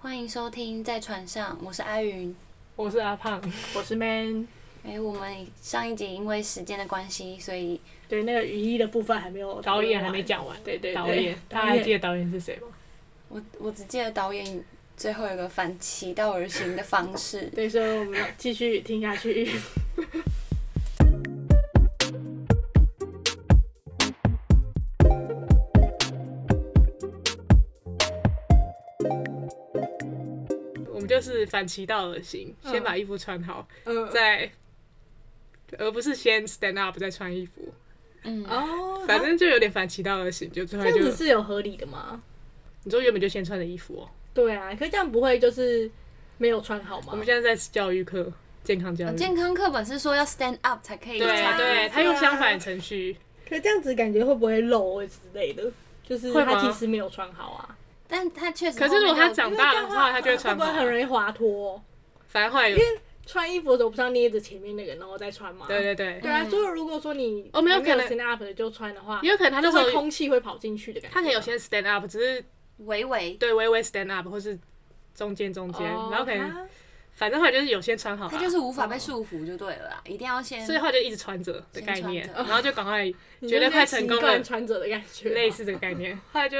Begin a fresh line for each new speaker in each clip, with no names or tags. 欢迎收听《在船上》，我是阿云。
我是阿 胖，
我是 Man，
哎、我们上一集因为时间的关系，所以
对那个雨衣的部分还没有
导演还没讲完。
对对对，
导演，大
导
家还记
演
得导演是谁吗？
我我只记得导演最后有个反其道而行的方式。
对，所以我们要继续听下去。
我们就是反其道而行，
嗯
先把衣服穿好，
嗯，
再而不是先 stand up 再穿衣服，
嗯，
哦，
反正就有点反其道而行，就最
这
后
样
就
子是有合理的吗？
你说原本就先穿的衣服哦。
对啊，可是这样不会就是没有穿好吗？
我们现在在教育课，哦健康教育，
嗯健康课本是说要 stand up 才可以
对
穿，
对，它用
是啊
相反程序，
可是这样子感觉会不会漏啊之类的？就是
会
他
吗
其实没有穿好啊，
但他确实
可
后面有。
是如果他长大了的话，他
他
就会穿
会
好
不会
啊。
很容易滑脱？
反正后来有
因，为穿衣服的时候不是要捏着前面那个然后再穿吗？
对对对，
对啊，
嗯
所以如果说你
哦没有可能
stand up 的就穿的话，
也有可能他那
就
时
会
候
空气会跑进去的感觉。
他可能有先 stand up，只是
微微，
对微微 stand up 或是中间中间，
哦
然后可能
啊
反正后来就是有先穿好啊，
他就是无法被束缚就对了啦，一定要先
所以后来就一直穿着的概念，
先穿，
然后就赶快
你
觉得
就是
快成功
习惯
了
穿着的感觉，哦
类似这个概念，后来就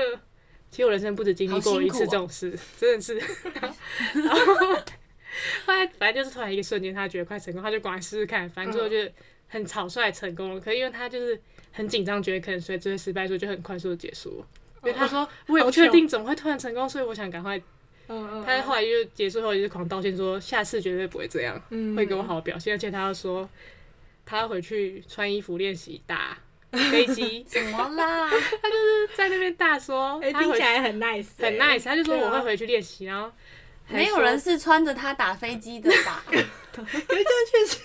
其实我人生不止经历过一次这种事，真的是，然后后来反正就是突然一个瞬间，他觉得快成功，他就赶快试试看，反正最后就很草率成功了，可是因为他就是很紧张，觉得可能所以这会失败，所以就很快速的结束了。因为他说我也不确定怎么会突然成功，所以我想赶快。
嗯。嗯
他后来就结束后就是狂道歉说下次绝对不会这样。
嗯
会给我好的表现，而且他要说他要回去穿衣服练习打飞 机
怎么 啦？
在那边大说
哎，
他
听
回
起
去
来很 nice，
很
哎
nice，他就说
对啊
我会回去练习，然后还
没有
说
人是穿着它打飞机的 吧？
可是这样确实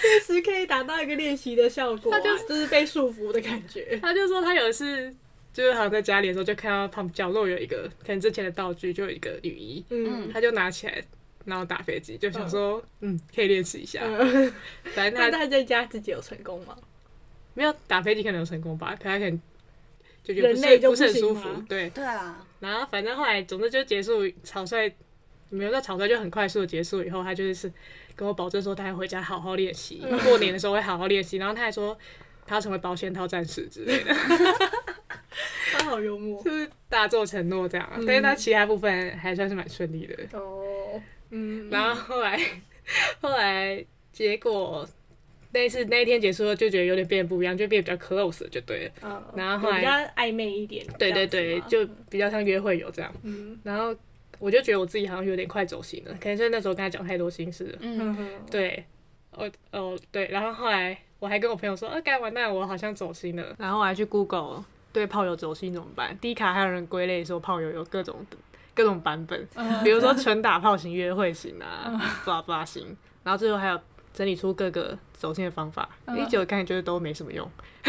确实可以达到一个练习的效果啊，
他就是
就是被束缚的感觉。
他就说他有一次就是好像在家里的时候就看到旁角落有一个可能之前的道具，就有一个雨衣，
嗯，
他就拿起来。然后打飞机就想说，嗯，啊可以练习一下。
嗯
反
那
正他
他在家自己有成功吗？
没有打飞机，可能有成功吧，可他可能就觉得
人
不是
类就
不是很
不行
舒
吗
服，对。
对啊，
然后反正后来，总之就结束草率，没有到草率，就很快速的结束以后，他就是跟我保证说他要回家好好练习，
嗯
过年的时候会好好练习。然后他还说他要成为保险套战士之 类的，
他好幽默
就是大做承诺这样啊。
嗯
但是他其他部分还算是蛮顺利的。
哦，嗯，
然后后来， 后来结果那一次那一天结束后，就觉得有点变得不一样，就变得比较 close 了就对了。
嗯
然后后来
比较暧昧一点，
对对
这
对，
样子吗
就比较像约会友这样。
嗯
然后我就觉得我自己好像有点快走心了，可能是那时候跟他讲太多心事了。
嗯，
嗯嗯
对，哦哦对，然后后来我还跟我朋友说，啊，该完蛋，我好像走心了。然后我还去 Google 对炮友走心怎么办，第一卡还有人归类说炮友有各种各种版本，比如说纯打炮型、约会型啊，巴拉型，然后最后还有。整理出各个走心的方法，一九看就是都没什么用，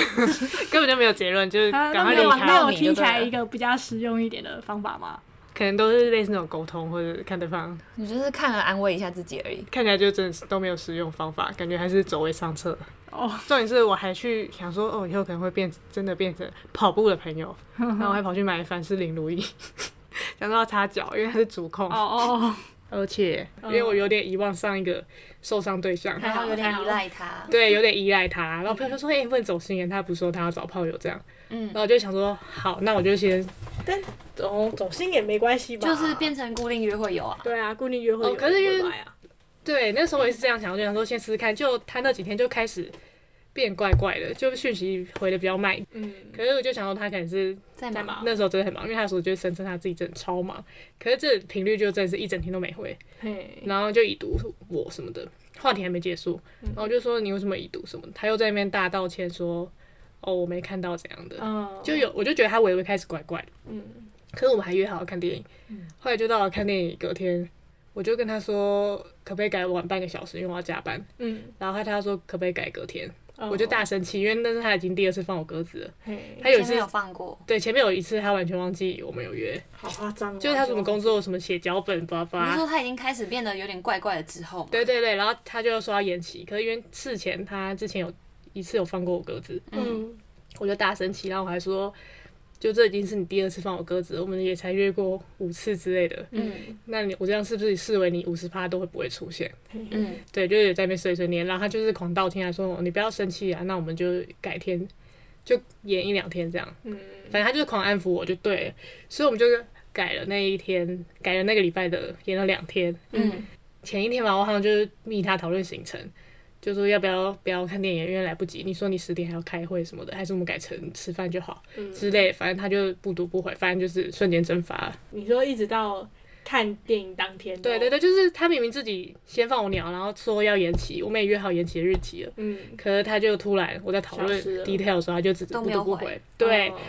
根本就没有结论，就是
啊
赶快
那没
离
有
开。
那有听起
对
来
了
一个比较实用一点的方法吗？
可能都是类似那种沟通，或者看对方
你就是看了安慰一下自己而已。
看起来就真的是都没有实用方法，感觉还是走为上策。
哦，
重点是我还去想说，哦，以后可能会变真的变成跑步的朋 友，然后我还跑去买凡士林如意， 想说要擦脚，因为它是足控，
哦嗯哦，
而且因为我有点遗忘上一个受伤对象，
然后有点
太好
依
了
赖它。
对，有点依赖他。然后朋友就说，哎、你不能走心眼，他不是说他要找炮友这样，
嗯
然后我就想说，好，那我就先，
走走哦心也没关系吧，
就是变成固定约会友啊。
对啊，固定约会
哦
有
可是因为
人过来啊
对，那时候我也是这样想，我就想说先试试看，就他那几天就开始变怪怪的，就讯息回的比较慢，
嗯，
可是我就想到他可能是
在
在
忙。
忙，
那时候真的很忙，因为他说就是声称他自己真的超忙，可是这频率就真的是一整天都没回，
嘿，
然后就已读我什么的，话题还没结束，然后我就说你为什么已读什么的，他又在那边大道歉说哦我没看到怎样的，
嗯，
就有我就觉得他微微开始怪怪的，
嗯，
可是我们还约好要看电影，后来就到了看电影隔天，我就跟他说可不可以改晚半个小时，因为我要加班，
嗯，
然后他说可不可以改隔天，
哦
嗯我就，大生气，因为那是他已经第二次放我鸽子了，
嘿，
他有一
前
次
面有放过，
对，前面有一次他完全忘记我们有约，
好夸张哦，
就是他什么工作什么写脚本叭
你是
叭，
说他已经开始变得有点怪怪的之后嘛？
对对对，然后他就说要延期，可是因为事前他之前有一次有放过我鸽子，
嗯，
我就大生气，然后我还说就这已经是你第二次放我鸽子了，我们也才约过五次之类的。
嗯
那你我这样是不是视为你五十趴都会不会出现？
嗯
对，就有在那边碎碎念，然后他就是狂道歉，还说你不要生气啊，那我们就改天就延一两天这样。
嗯，
反正他就是狂安抚我就对了，所以我们就改了那一天，改了那个礼拜的，延了两天。
嗯
前一天吧，我好像就是密他讨论行程，就说要不要不要看电影，因为来不及。你说你十点还要开会什么的，还是我们改成吃饭就好、嗯
嗯
之类的。反正他就不读不回，反正就是瞬间蒸发了。
你说一直到看电影当天，哦
对对，对，就是他明明自己先放我鸟，然后说要延期，我们也约好延期的日期了。
嗯，
可是他就突然我在讨论
消失了
detail 的时候，他就只
都
不
没
读
有
不
回
回。对，
哦，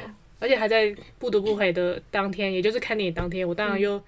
而且还在不读不回的当天，也就是看电影当天，我当然又、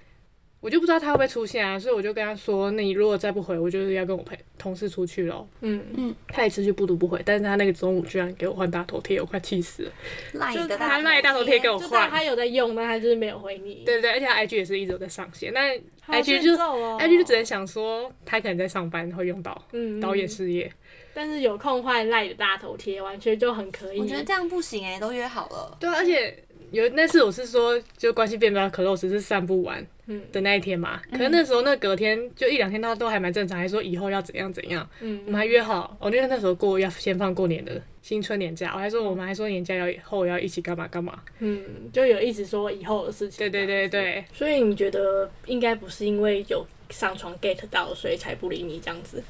我就不知道他会不会出现啊，所以我就跟他说，那你如果再不回，我就是要跟我陪同事出去咯。
嗯，
他也持续不读不回，但是他那个中午居然给我换大头贴，我快气死了。
赖
就
的
他
赖大头贴给我
就算
换，
他有在用，但他就是没有回你，
对对对，而且他 IG 也是一直有在上线，那
好欠
IG 就
揍哦
IG 就只能想说他可能在上班会用到
嗯
导演事业，
但是有空换赖的大头贴，完全就很可以。
我觉得这样不行哎、都约好了。
对啊，而且有那次我是说就关系变比较可露，只是散步完
嗯
的那一天嘛，可是那时候那隔天就一两天他都还蛮正常，还说以后要怎样怎样。我
嗯
们还约好，我、哦、因为那时候过要先放过年的新春年假，我还说我们还说年假要后要一起干嘛干嘛。
嗯，就有一直说以后的事情。
对对对。对，
所以你觉得应该不是因为有上床 get 到，所以才不理你这样子？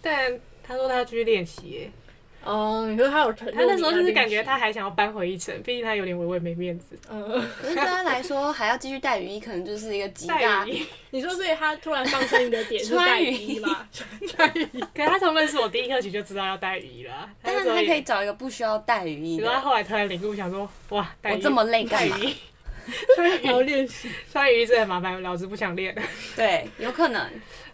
但他说他要继续练习耶，
哦，你说他有他
他那时候就是感觉他还想要扳回一城，毕竟他有点微微没面子。
嗯，
可是对他来说，还要继续带雨衣，可能就是一个极大
带雨衣，
你说所以他突然放生你的点是
穿
带
雨
雨衣嘛？
可是他从认识我第一课起就知道要带雨衣了，
但是
那时候
他
也
可以。找一个不需要带雨衣
然后他
的。
后来突然领悟，想说哇，带
我
雨衣
这么累
带
干嘛？
雨衣，穿雨
然后
衣
练习，
穿雨衣真的很麻烦，老子不想练。
对，有可 能，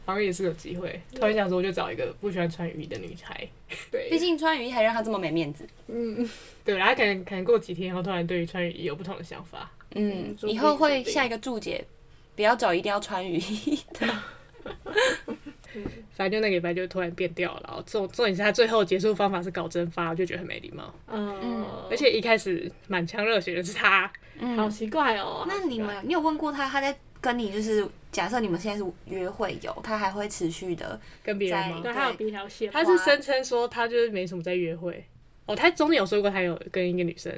好像也是有机会，突然想说我就找一个不喜欢穿雨衣的女孩。
对
毕，竟穿雨衣还让他这么没面子。
嗯，
对，然后可能可能过几天后，突然对于穿雨衣有不同的想法。
嗯
嗯，说不定
以后
说
会
不定
下一个注解，不要找一定要穿雨衣。
反正就那个礼拜就突然变掉了，然后重重点是他最后结束方法是搞蒸发，我就觉得很没礼貌。
哦
嗯，
而且一开始满腔热血的是他，
好
嗯，
奇怪哦。
那你们你有问过他，他在跟你就是假设你们现在是约会有，他还会持续的
跟别人吗
对，？他有鼻条线吗，
他是声称说他就是没什么在约会。哦，他中间有说过他有跟一个女生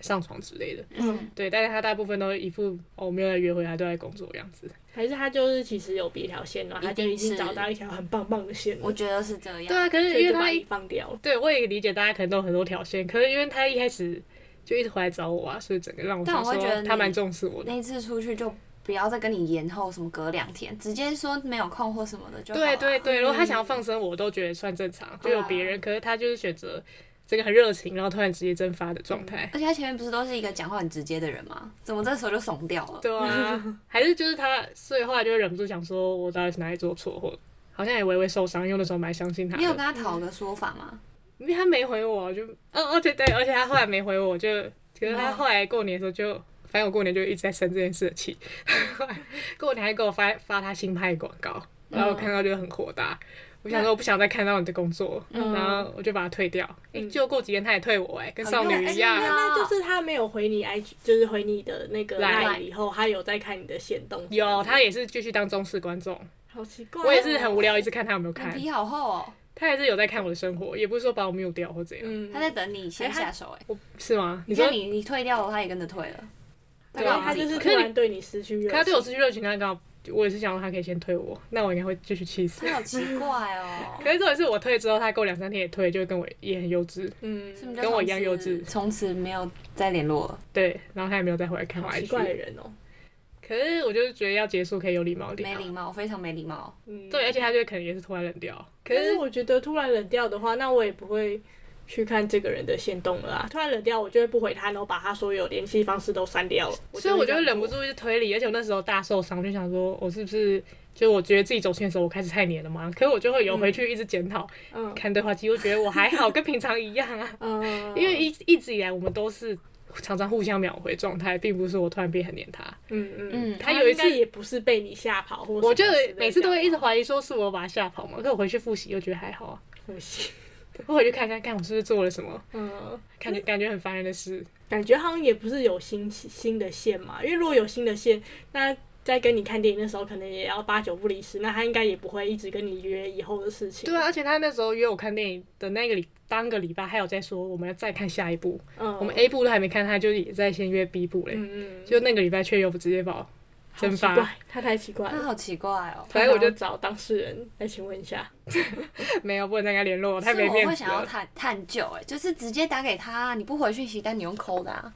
上床之类的，
嗯，
对，但是他大部分都一副哦没有在约会，他都在工作的样子。
还是他就是其实有鼻条线然后他就已经找到一条很棒棒的线了，
我觉得是这
对
样。
啊，可是
所
因
以
为
就把
他一
你放掉了。
对，我也理解大家可能都有很多条线，可是因为他一开始就一直回来找我啊，所以整个让我
但
想
我会觉
说
得
他蛮
你
重视我的。
那一次出去就不要再跟你延后什么隔两天，直接说没有空或什么的就好啊
对
了
对对，如果他想要放生我，我都觉得算正常，就有别人，可是他就是选择这个很热情，然后突然直接蒸发的状态。
而且他前面不是都是一个讲话很直接的人吗？怎么这时候就怂掉了？
对啊，还是就是他，所以后来就忍不住想说，我到底是哪里做错，或好像也微微受伤，因为那时候蛮相信他
你有
的
跟，他讨个说法吗？
因为他没回我，就哦，而且对，而且他后来没回我，就可是他
嗯
后来过年的时候就。反正我过年就一直在生这件事的气， 过年还给我发发他新拍广告，然后我看到就很火大，我想说我不想再看到你的工作，
嗯
然后我就把它退掉。哎、
嗯哦
结果过几天他也退我、哎，跟少
哎
女
呦
一样。
哎
那就是他没有回你 IG，就是回你的那个
来
赖以后，他有在看你的线动。
有，他也是继续当忠实观众，
好奇怪哦，
我也是很无聊，一直看他有没有
你
看，
皮好厚哦，
他也是有在看我的生活，也不是说把我 mute 掉或怎样，
嗯，
他在等你先下手哎、
我是吗？
你
说
看，你你退掉了，他也跟着退了。
对
搞不好
他
自己
就是
退
突然对你失去热
可
情，
他对我失去热情，他刚好，我也是想说他可以先退我，那我应该会继续气死。
他好奇怪 哦，
可是这也是我退之后，他过两三天也退，就跟我也很幼稚，
嗯，
是不是就
跟我一样
从此
幼稚
从此没有再联络了，
对，然后他也没有再回来看我
好奇怪的
IG。
人哦。
可是我就是觉得要结束可以有礼貌一点
没
啊、
礼貌，非常没礼貌。
嗯，
对，而且他就可能也是突然冷掉。可
可是
是
我觉得突然冷掉的话，那我也不会去看这个人的线动了啊。突然冷掉，我就会不回他，然后把他所有联系方式都删掉了。
所以我就
会这样
忍不
做。
住一直推理，而且我那时候大受伤，我就想说我是不是就我觉得自己走心的时候，我开始太黏了嘛？可是我就会有回去一直检讨，
嗯
看对话记录，觉得我还好，跟平常一样啊。
嗯，
因为一一直以来我们都是常常互相秒回状态，并不是我突然变很黏他。
嗯嗯嗯，
嗯，
他有一
应
次
该也不是被你吓跑，或
我就
什么之类的
每次都会
啊
一直怀疑说是我把他吓跑嘛，可是我回去复习又觉得还好啊。
呼吸。
我回去看看看我是不是做了什么，
嗯，
感觉感觉很烦人的事。
感觉好像也不是有新新的线嘛，因为如果有新的线，那在跟你看电影的时候，可能也要八九不离十，那他应该也不会一直跟你约以后的事情。
对啊，而且他那时候约我看电影的那个礼当个礼拜，还有在说我们要再看下一部，
嗯，
哦
我们 A 部都还没看，他就也在先约 B 部嘞。
嗯嗯，
就那个礼拜却又不直接把我，
好
蒸
奇
发
怪，他太奇怪
他
了。
好奇怪哦。
反正我就
他想要找当事人来询问一下，
没有不能再跟他联络，我太
是
没
我
面
会
子
想要
了。
探探究，哎，就是直接打给他，你不回讯息，但你用抠的啊。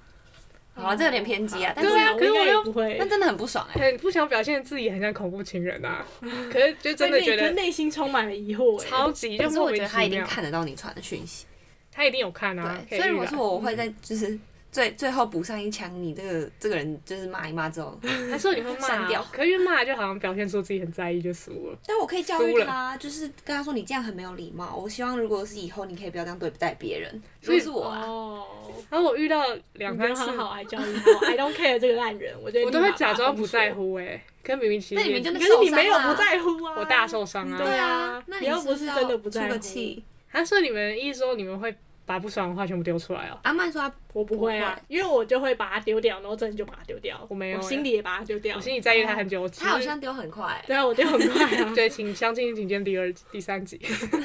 好
嗯
啊，这有点偏激啊，但
嗯对
是
啊
我
可是
应该
我
也
又
不会
但真的很不爽哎。
很不想表现自己很像恐怖情 人啊，可是就真的
内
觉
可是
得
内心充满了疑惑欸。
超级就
可是
莫
我
名
觉
其
得
妙。
他一定看得到你传的讯息，
他一定有看啊，可
对。
以
所以如
预
果
览
是我，我会在就是最最后补上一枪，你这个这个人就是骂一骂之后，
还是你会
删
骂
掉
啊，可是因为骂就好像表现出自己很在意就输了。
但我可以教
输
育
了
他，就是跟他说你这样很没有礼貌。我希望如果是以后，你可以不要这样对待别人。
所以
如果是我啊，
哦，
然后我遇到两
你没
三
有
次
好，好爱教育他，I don't care 这个烂人，我觉得
我都会假装不在。乎哎、跟明明其
那你们就
实
那个
可是
受
你
伤
没有
啊
不在乎啊，
我大受伤啊。
对
对啊
啊，
那
你又
是
不
是
是
要
真的不在
出个
乎
气。
他说你们一周你们会把不爽的话全部丢出来哦。
阿曼说他
我不会啊
不，
因为我就会把它丢掉，然后真的就把它丢掉。
我没有欸
心里也把它丢掉
我。心里在意他很久，我其
他好
实。
像丢很快、欸，
对啊，我丢很快啊
对，请相亲请见第二第三集。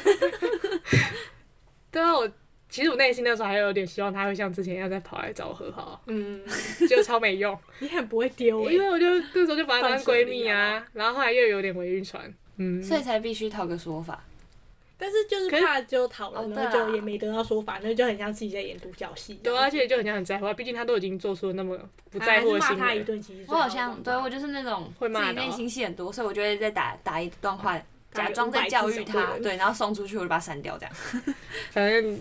对啊，我其实我内心那时候还有点希望他会像之前一样再跑来找我和好，啊
嗯，
就超没用。
你很不会丢欸，
因为我就那时候就把她当闺蜜啊，然后后来又有点微晕船，嗯，
所以才必须讨个说法。
但是就是
可是
怕就讨
哦
论，
对啊
然后就也没得到说法，那就很像自己在演独角戏。
对啊，而且就很像很在乎啊，毕竟她都已经做出了那么不
不
在乎的
啊骂
行
他一
为，
顿，其实
我好像对我就是那种
会骂嗯
自
的
己
哦
内心戏很多，所以我就会再打打一段话，
打
假装在教育
500字小
他，
作文
对，然后送出去我就把它删掉，这样。
反正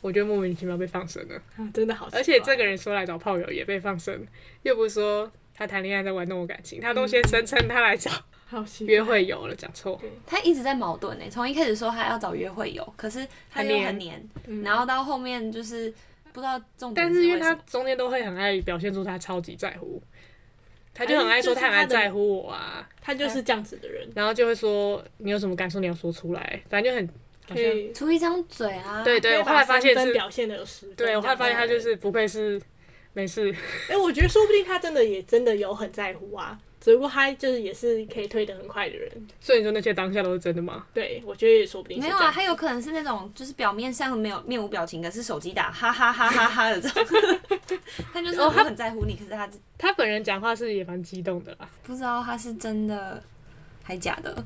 我觉得莫名其妙被放生了，
啊真的好奇怪。
而且这个人说来找炮友也被放生，又不是说他谈恋爱在玩弄我感情，他都先声称他来找
好奇怪
约会友了，讲错，
他一直在矛盾呢、从一开始说他要找约会友，可是他又很黏，
嗯
然后到后面就是不知道重点
但是因为
为
他
什么
中间都会很爱表现出他超级在乎。他就很爱说他很爱在乎我啊，
他就是这样子的人，
然后就会说你有什么感受你要说出来，反正就很好
可
像
以。
出一张嘴啊，
对
可
对，
以
我后
把
来发现
三分
是，
表现的有十分
对我后来发现他
这
就
样子
是不愧是没事，
哎、我觉得说不定他真的也真的有很在乎啊，只不过他就是也是可以退得很快的人。
所以你说那些当下都是真的吗？
对，我觉得也说不定是
没
这
有
样
啊，还有可能是那种就是表面上没有面无表情的，是手机打哈哈哈哈哈的这种。 他就是我
哦他
很在乎你，可是他
他本人讲话是也蛮激动的啦，
不知道他是真的还假的。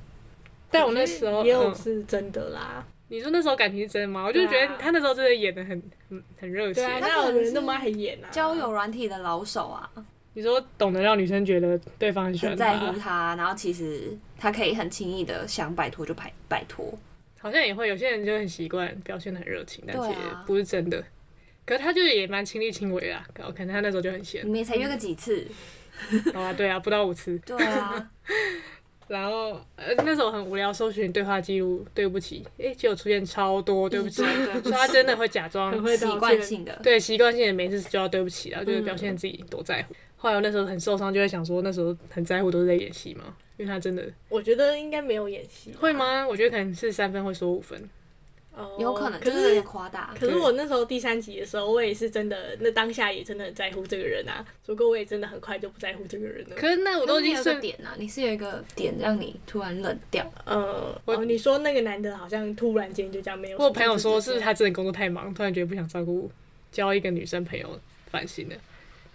但我那时候，
也有
嗯，
是真的啦。
你说那时候感情是真的吗？我就觉
对
得
啊
他那时候真的演的很很很热血
对，啊，
他
那
可
有
能
人那
是
么爱演啊？
交友软体的老手啊，
你说懂得让女生觉得对方很喜
很
欢
在
他
乎，他，然后其实他可以很轻易的想摆脱就摆摆脱。
好像也会有些人就很习惯表现得很热情，但
对
其
啊
实不是真的。可是他就是也蛮亲力亲为啊，可可能他那时候就很闲
你，们也才约个几次？
嗯好吧，对啊，不到五次。
对 啊，
然后呃那时候很无聊，搜寻对话记录，对不起，诶，结果出现超多嗯对不起， 所以他真的会假
很
装
会
习
道歉
惯性的。
对习惯性的每次就要对不起，然后就是表现自己多在乎。后来我那时候很受伤，就会想说那时候很在乎都是在演戏嘛，因为他真的
我觉得应该没有演戏，
会吗？我觉得可能是三分会说五分，
哦
有可能，
可
就是有
是
点。夸大。
可是
对
我那时候第三集的时候，我也是真的，那当下也真的很在乎这个人啊。不过我也真的很快就不在乎这个人了。
可是那我都已经
有个
是
点啊，你是有一个点让你突然冷掉，
呃，
我
哦，你说那个男的好像突然间就这样没有什
我
么
有朋
自制力了。
友说啊是不是他真的工作太忙，突然觉得不想照顾交一个女生朋友烦心了，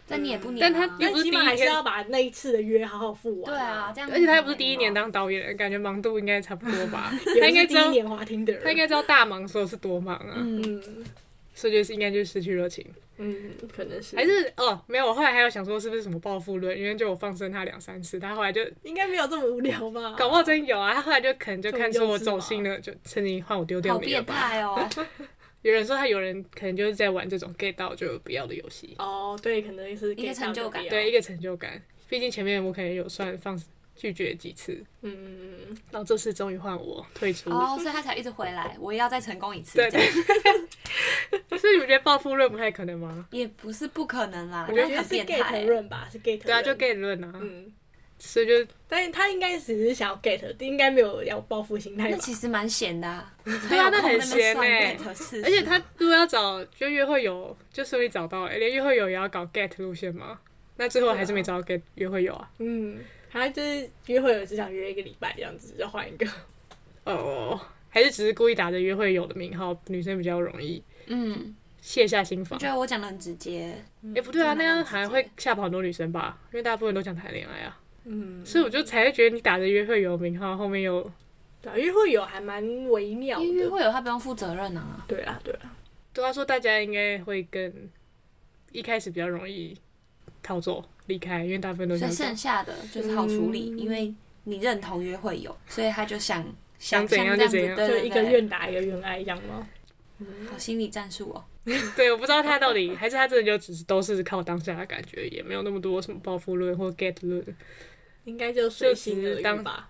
但你也不黏
但
啊。
他也
但
不是
起码
第一
还是
天
要把那一次的约好好付完、，
对啊，，这样。
而且他又不是第一年，当导演，感觉忙度应该差不多
啊
吧
他
他
应
应
该
该知
第一
道。
年滑听的人，
他应该知道大忙的时候是多忙啊，
嗯，
嗯
所以就是应该就是失去热情，
嗯，可能是
还是哦没有，我后来还有想说是不是什么报复论，因为就我放生他两三次，他后来就
应该没有这么无聊吧？
搞不好真有啊，他后来就可能就看出我
这
走
种幼稚吧
心了，就趁机换我丢掉
好
你
变
了吧。
态哦。
有人说他有人可能就是在玩这种 get 到就不要的游戏，
哦，对，可能是
一个成就感
get 到这个
对一，个成就感，毕竟前面我可能有算放拒绝几次，
嗯嗯嗯，
然后这次终于换我退出，
哦，所以他才一直回来，我要再成功一次。
对
这样
所以你们觉得报复论不太可能吗？
也不是不可能啦，
我
但
觉得
很
是
变态
get
欸。
论吧，是 get
对啊，就
论
get 论啊，
嗯，
所以就
但是他应该只是想要 get，应该没有要报复心态
那
吧？
其实蛮闲的、啊，对
对啊那很闲欸
而
而且他如果要找就约会友，就顺利找到、欸，连约会友也要搞 get 路线吗？那最后还是没找到 get 约会友啊。
嗯，他就是约会有只想约一个礼拜这样子，就换一个。
哦，还是只是故意打着约会友的名号，女生比较容易
嗯，
卸下心防
我。觉得我讲的很直接，
哎、不对啊，
真的
那
很直
样还
接
会吓跑很多女生吧？因为大部分都想谈恋爱啊，
嗯，
所以我就才会觉得你打着约会友的名号，后面又
对啊，约会有还蛮微妙
因为约
的。
会有他不用负责任啊，
对啦，对啦，
对啊他说大家应该会更一开始比较容易逃走离开，因为大部分都
所
想
以
走
剩下的就是好处理，
嗯
因为你认同约会有，所以他就想
想怎
像
样
这
就
样子，
怎样
对
就
对
一个
对
愿打一个愿挨这样嗯吗？
好心理战术哦，
对，我不知道他到底还是他真的就只是都是靠当下的感觉，也没有那么多什么报复论或 get 论。
应该就随心
就只
而
是
已
当
吧。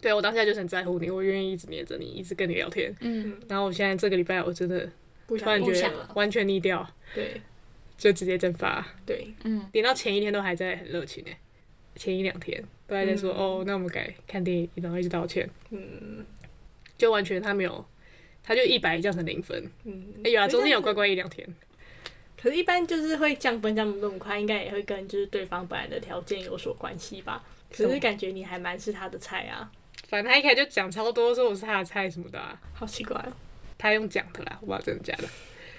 对我当下就是很在乎你，我愿意一直黏着你，一直跟你聊天。
嗯，
然后我现在这个礼拜我真的
不
突然觉
想
不
得
想了
完全腻掉，
对
就直接蒸发，
对，
嗯，
连到前一天都还在很热情哎、前一两天都还在说、
嗯
哦，那我们改看电影，然后一直道歉，
嗯
就完全他没有，他就一百降成零分。
嗯。
哎、有啊，
可是
中间有
这样
乖
子
乖一两天，
可是，一般就是会降分降那么快，应该也会跟就是对方本来的条件有所关系吧。可
什么
是感觉你还蛮是他的菜啊，
反正他一开始就讲超多，说我是他的菜什么的、啊。
好奇怪哦。
他用讲的啦，我不知道真的假的。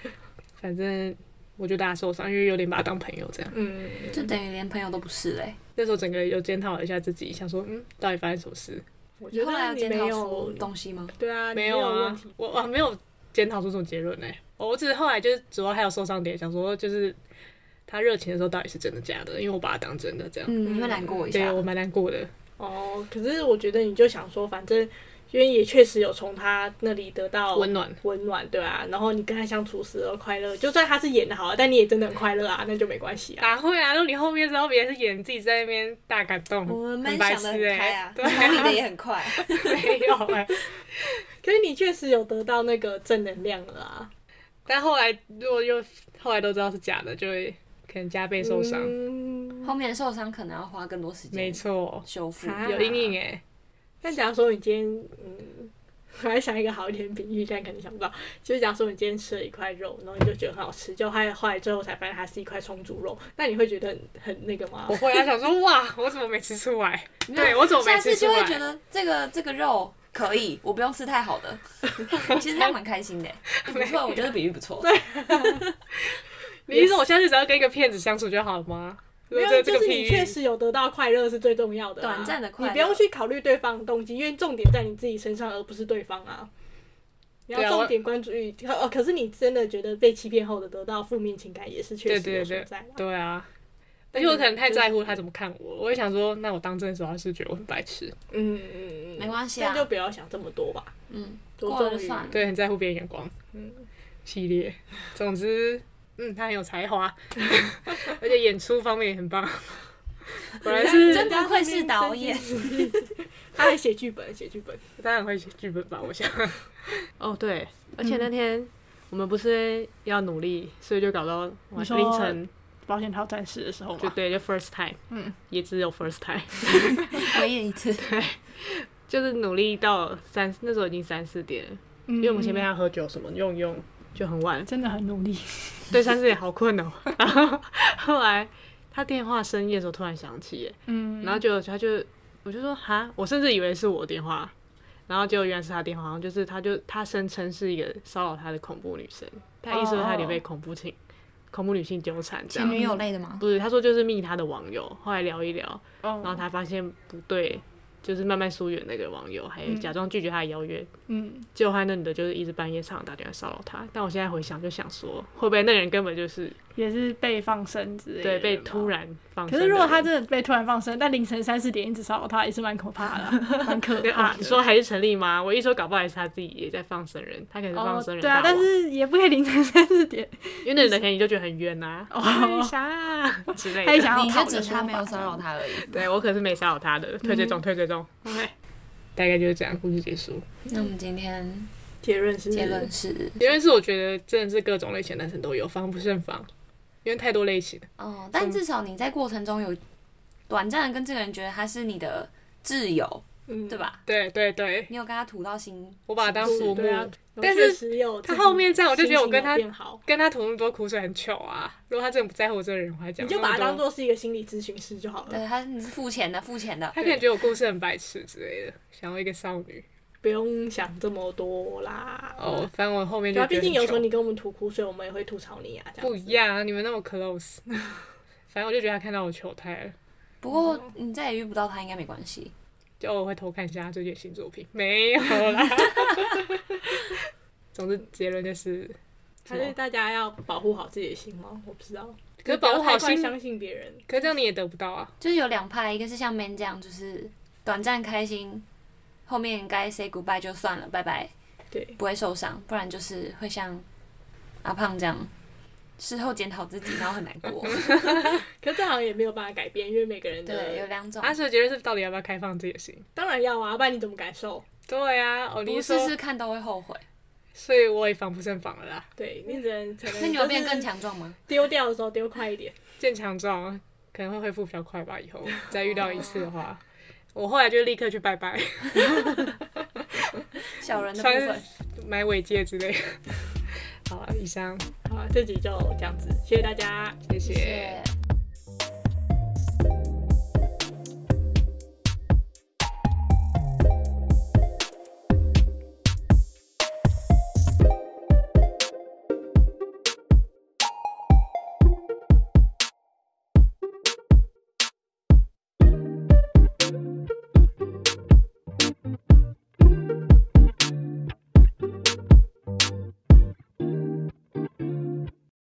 反正我就大受伤，因为有点把他当朋友这样。
嗯，
就等于连朋友都不是嘞、
那时候整个有检讨了一下自己，想说，嗯，到底发生什么事？
我
你
觉
后来
得
有
你
检
没
讨
有
出，东西吗？
对啊，你
没
有问
啊
题，
我我没有检讨出什么结论呢、欸我只是后来就是主要还有受伤点，想说就是他热情的时候到底是真的假的，因为我把他当真的这样。
嗯，你会难过一
对
下，
我蛮难过的，
哦。可是我觉得你就想说，反正因为也确实有从他那里得到
温暖。
温暖，对啊。然后你跟他相处时的快乐，就算他是演的好，但你也真的很快乐啊，
嗯
那就没关系啊。
哪会啊？如果你后面知道别人是演，自己在那边大感动，
我们
很
没
白
想
痴
的很
哎、
开啊，
对
同理的也很快，
没有哎、
可是你确实有得到那个正能量了啊，
但后来如果又后来都知道是假的，就会可能加倍受伤。
嗯
后面的受伤可能要花更多时
没
间
错，
修复。
啊
有阴影哎。
但假如说你今天，嗯，我还想一个好一点的比喻，但可能想不到。就是假如说你今天吃了一块肉，然后你就觉得很好吃，就后来后来最后才发现它是一块重组肉，那你会觉得很很那个吗
我？后来想说，哇，我怎么没吃出 来？
没有
对我怎么
下
没
次
吃出
就会觉
来？
得这个这个肉可以，我不用吃太好 的。其实这样蛮开心的，不错，我觉得比喻不错。
你意思我下次只要跟一个骗子相处就好了吗？
没
如果
有，
这这
就
个
是
譬
你
喻
确实有得到快乐是最重要的嘛、
短暂的快乐
你不用去考虑对方的动机，因为重点在你自己身上，而不是对方啊。你
对
要
啊我
重点关注于，可哦，可是你真的觉得被欺骗后的得到负面情感也是确
对
实有
对
存
对
在的。
对啊。而
但
且
是
我可能太
就是
在乎他怎么看我，我会想说，那我当真的时候，他是觉得我很白痴，
嗯嗯嗯，
没关系啊
那就不要想这么多吧，
嗯，
着
过了
重
就
于
算了
对，很在乎别人眼光。
嗯
系列，总之，嗯，他很有才 华， 而且演出方面也很棒。果然是
真不愧是导演，
他还写剧本，写剧本。
当然会写剧本吧，我想。
哦，对，而且那天我们不是要努力，所以就搞到晚
你说
凌晨，
保险套战士的时候
就
嘛，
对，就 first time，嗯，也只有 first time，
回演一次。
就是努力到三，那时候已经三四点了，
因
嗯
因为我们
嗯
前面还要喝酒什么用一用，就很晚，
真的很努力，
对，三四点好困哦。 然后后来他电话深夜的时候突然响起耶，
嗯
然后就他就我就说哈，我甚至以为是我电话，然后结果原来是他电话，然后就是他就他声称是一个骚扰他的恐怖女生，他意思说他有点被恐怖情、恐怖女性纠缠这样。
前女友类的吗？
不是，他说就是密他的网友，后来聊一聊，
然
然后他发现不对，就是慢慢疏远那个网友，还
嗯
假装拒绝他的邀约，
嗯，
结果他那女的就是一直半夜上打电话骚扰他。但我现在回想就想说，会不会那个人根本就是
也是被放生之类的。
对，被突。然放生的
可
人。
是如果他真的被突然放生，但凌晨三四点一直骚扰他，也是蛮可怕的啊， 蛮可
对
怕
啊，
的。
你说还是成立吗？我一说搞不好也是他自己也在放生人，他可能是放
哦，
生人
对
大王、
啊，但是也不可以凌晨三四点，
因为那女的可能你就觉得很冤呐、
哦
啊，为啥、啊、之类
他也
的。
想要
你就
讨
只
论
是他没有骚扰他而已。
对我可是没骚扰他的，退追
嗯
踪，退追踪。哎
OK，
大概就是这样，故事结束。
那我们今天
结论是
结论是，
因为是我觉得真的是各种类型的男生都有，防不胜防，因为太多类型了。
哦，但至少你在过程中有短暂的跟这个人觉得他是你的挚友，
嗯，
对？吧？
对对对，
你有跟他吐到心，
我把他当
是
父母
对，啊，
但是
确实有
他后面这样我就觉得我跟他
心情有变好，
跟他吐那么多苦水很糗啊。如果他真的不在乎我这个人，我还讲
你就把他
那么
当
多，
做是一个心理咨询师就好
嗯
了，
对，他你是付钱的，付钱的。
他可能觉得我故事很白痴之类的，想要一个少女。
不用想这么多啦。
哦，反正我后面
对
就
啊，毕竟有时候
你
你跟我们吐苦水，我们也会吐槽你啊，这样
不一样啊，你们那么 close。反正我就觉得他看到我糗态了，
不过你再也遇不到他，应该没关系。
就偶尔会偷看一下他最近的新作品，没有啦。 总之结论就是，
还是大家要保护好自己的心吗？我不知道。
可是保护好
不要太快
心，
相信别人。
可是这样你也得不到啊。
就是有两派，一个是像 Man 这样，就是短暂开心，后面该 say goodbye 就算了，拜拜，
对，
不会受伤；不然就是会像阿胖这样，事后检讨自己，然后很难 过。
可这好像也没有办法改变，因为每个人
对，有
的
两种。
阿哲结论是到底要不要开放自己的心？
当然要啊，不然你怎么感受？
对啊，哦，你
不
是
试
说
试看都会后悔。
所以我也防不胜防了啦，
对你只能可能
那你有变
就是
更强壮吗？
丢掉的时候丢快一点。
渐强壮啊可能会恢复比较快吧。以后再遇到一次的话，我后来就立刻去拜拜，
小人的部
穿
分，
买尾戒之类的。 好啊，以上
好啊，这集就这样子，谢谢大家。
谢
谢谢。